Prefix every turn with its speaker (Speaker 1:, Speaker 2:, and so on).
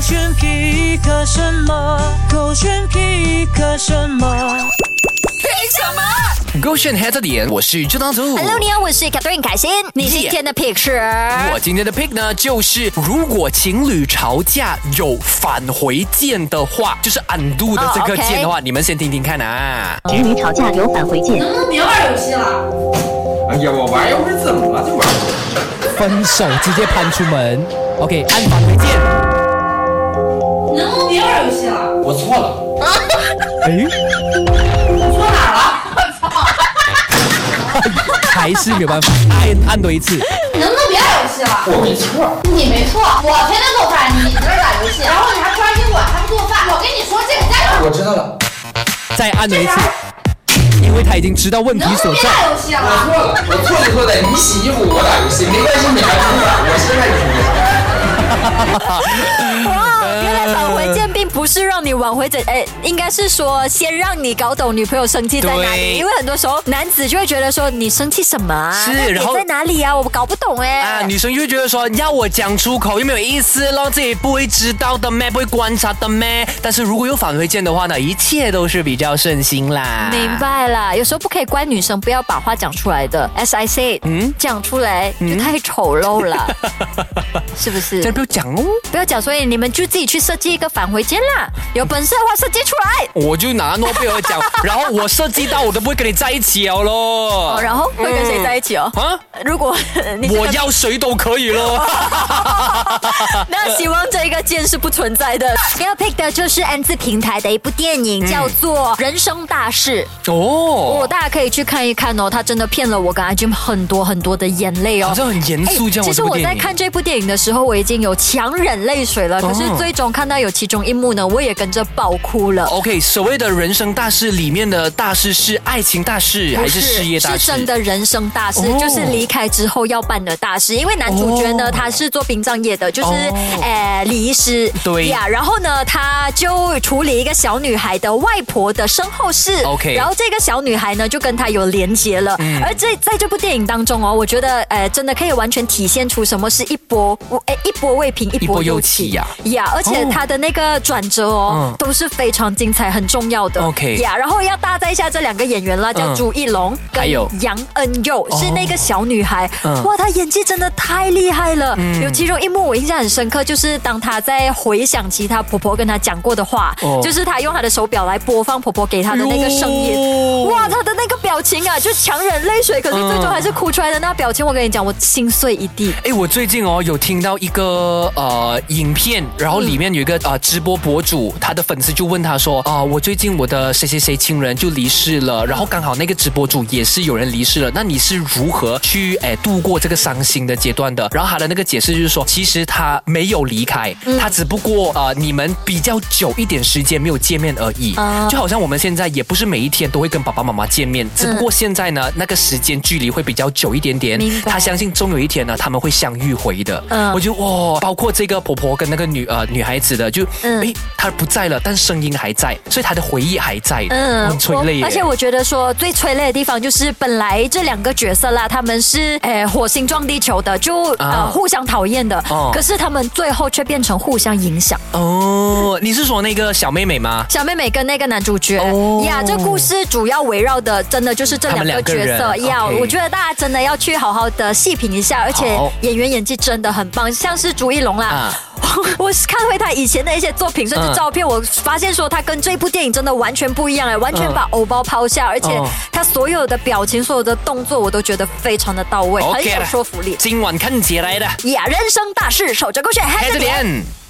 Speaker 1: 选皮克什么？狗选皮克什么？
Speaker 2: 勾选 head 的点，我是朱当主。
Speaker 3: Hello，你好，我是 Catherine 凯欣，你今天的 picture。
Speaker 2: 我今天的 pick 呢，就是如果情侣吵架有返回键的话，就是 undo 的这个
Speaker 3: 哦，OK
Speaker 2: 键的话，你们先听听看啊。
Speaker 4: 情侣吵架有返回键，
Speaker 5: 哎呀，我玩一会儿怎么了就玩？
Speaker 6: 分手直接搬出门。OK，按返回键。
Speaker 5: 我错了，
Speaker 6: 还是没有办法，先按多一次。
Speaker 7: 能不能别打游戏了？
Speaker 5: 我没错。
Speaker 7: 你没错，我天天做饭，你这儿打游戏，然后你还不专心管，还不做饭。我跟你说，这个家长
Speaker 5: 我知道了，
Speaker 6: 再按了一次，因为他已经知道问题
Speaker 7: 能不
Speaker 6: 所
Speaker 7: 能别
Speaker 6: 在。
Speaker 7: 打游戏
Speaker 5: 我
Speaker 7: 了？
Speaker 5: 错了，我错就错在你洗衣服我打游戏，没关系你还出来，我现在就出来。
Speaker 3: 哇，原来返回键并不是让你挽回怎，哎，应该是说先让你搞懂女朋友生气在哪
Speaker 2: 对
Speaker 3: 里，因为很多时候男子就会觉得说你生气什么啊？
Speaker 2: 是
Speaker 3: 那点
Speaker 2: 然后
Speaker 3: 在哪里啊？我搞不懂哎。
Speaker 2: 啊，女生就会觉得说，要我讲出口又没有意思咯，自己不会知道的咩，不会观察的咩。但是如果有返回键的话呢，一切都是比较顺心啦。
Speaker 3: 啊明。白啦，有时候不可以怪女生不要把话讲出来的。S I C，嗯，讲出来就太丑陋了，是不
Speaker 2: 这
Speaker 3: 是？
Speaker 2: 不要讲哦，
Speaker 3: 不要讲，所哎以你们就自己去设计一个返回间啦。有本事的话设计出来。
Speaker 2: 我就拿诺贝尔奖，然后我设计到我都不会跟你在一起了咯。
Speaker 3: 哦，然后会跟谁在一起哦？
Speaker 2: 啊，
Speaker 3: 如果 你这个
Speaker 2: 我要谁都可以咯。
Speaker 3: 那
Speaker 2: 呃
Speaker 3: 希望这个键是不存在 的。要 pick 的就是 N 字平台的一部电影，叫做《人生大事》。哦，
Speaker 2: 哦，
Speaker 3: 大家可以去看一看哦，他真的骗了我跟阿 Jim 很多很多的眼泪哦
Speaker 2: 好。像很严
Speaker 3: 哎
Speaker 2: 肃这样。
Speaker 3: 其实
Speaker 2: 这部
Speaker 3: 我
Speaker 2: 电
Speaker 3: 在
Speaker 2: 影啊
Speaker 3: 看这部电影的时候，我已经有强忍泪水了。可是
Speaker 2: 哦
Speaker 3: 最终看到有其中一幕呢，我也跟着爆哭了。
Speaker 2: OK，所谓的人生大事里面的大事是爱情大事还是事业大事？
Speaker 3: 是真。的人生大事，
Speaker 2: 哦
Speaker 3: 就是离开之后要办的大事。因为男主角呢，
Speaker 2: 哦
Speaker 3: 他是做殡葬业的，就是
Speaker 2: 哦
Speaker 3: 呃礼仪师。
Speaker 2: 对
Speaker 3: 呀，然后呢，他就处理一个小女孩的外婆的身后事。
Speaker 2: OK 嗯
Speaker 3: 然后这个小女孩呢，就跟他有连结了。而这在这部电影当中哦，我觉得呃，真的可以完全体现出什么是一波哎一波未平一
Speaker 2: 一波
Speaker 3: 波
Speaker 2: 又
Speaker 3: 又
Speaker 2: 起
Speaker 3: 起
Speaker 2: 呀
Speaker 3: 呀，而且
Speaker 2: 哦
Speaker 3: 他的那个转折哦
Speaker 2: 嗯，
Speaker 3: 都是非常精彩、很重要的。
Speaker 2: OK
Speaker 3: 呀，然后要搭载一下这两个演员啦，叫
Speaker 2: 嗯
Speaker 3: 朱一龙跟
Speaker 2: 还有哦
Speaker 3: 杨恩佑是那个小女孩，
Speaker 2: 嗯
Speaker 3: 哇，她演技真的太厉害了。有其中一幕我印象很深刻，就是当她在回想起她婆婆跟她讲过的话，
Speaker 2: 哦
Speaker 3: 就是她用她的手表来播放婆婆给她的那个声
Speaker 2: 哟
Speaker 3: 音，哇，她的那个表情啊，就强忍泪水，可是最终还是哭出来的那表情，我跟你讲，我心碎一地。
Speaker 2: 哎，我最近哦有听到一个呃影片，然后里面有一个
Speaker 3: 嗯
Speaker 2: 啊、呃、直播博主，他的粉丝就问他说啊、我最近我的谁谁谁亲人就离世了，然后刚好那个直播主也是有人离世了，那你是如何去哎度过这个伤心的阶段的？然后他的那个解释就是说，其实他没有离开，
Speaker 3: 嗯
Speaker 2: 他只不过啊、呃你们比较久一点时间没有见面而已，
Speaker 3: 啊
Speaker 2: 就好像我们现在也不是每一天都会跟爸爸妈妈见面，只不过现在呢那个时间距离会比较久一点点
Speaker 3: 嗯明，白
Speaker 2: 他相信终有一天呢，他们会相遇回的。
Speaker 3: 嗯
Speaker 2: 我就哇，包括这个婆婆跟那个女呃女孩子的，就
Speaker 3: 嗯
Speaker 2: 诶，她不在了，但声音还在，所以她的回忆还在。
Speaker 3: 嗯，
Speaker 2: 嗯，很催泪耶。
Speaker 3: 我而且我觉得说最催泪的地方就是本来这两个角色啦，他们是诶、呃火星撞地球的，就、
Speaker 2: 啊
Speaker 3: 呃互相讨厌的、
Speaker 2: 哦
Speaker 3: 可是他们最后却变成互相影响。
Speaker 2: 哦，你是说那个小妹妹吗？
Speaker 3: 小妹妹跟那个男主角
Speaker 2: 哦
Speaker 3: 呀这故事主要围绕的真的就是这两个角
Speaker 2: 他
Speaker 3: 色
Speaker 2: 们两个人
Speaker 3: 呀
Speaker 2: OK
Speaker 3: 我觉得大家真的要去好好的细品一下，而且
Speaker 2: 好
Speaker 3: 演员演技真的很棒，像是朱一龙啦。
Speaker 2: 啊
Speaker 3: 我是看回他以前的一些作品，甚
Speaker 2: 嗯
Speaker 3: 至照片，我发现说他跟这部电影真的完全不一样哎，完全把偶包抛下，而且
Speaker 2: 啊哦
Speaker 3: 他所有的表情、所有的动作，我都觉得非常的到位
Speaker 2: OK
Speaker 3: 很
Speaker 2: 了
Speaker 3: 有说服力。
Speaker 2: 今晚看起来的，
Speaker 3: 呀，人生大事，守着勾选，嗨
Speaker 2: 开着
Speaker 3: 着脸。
Speaker 2: 脸。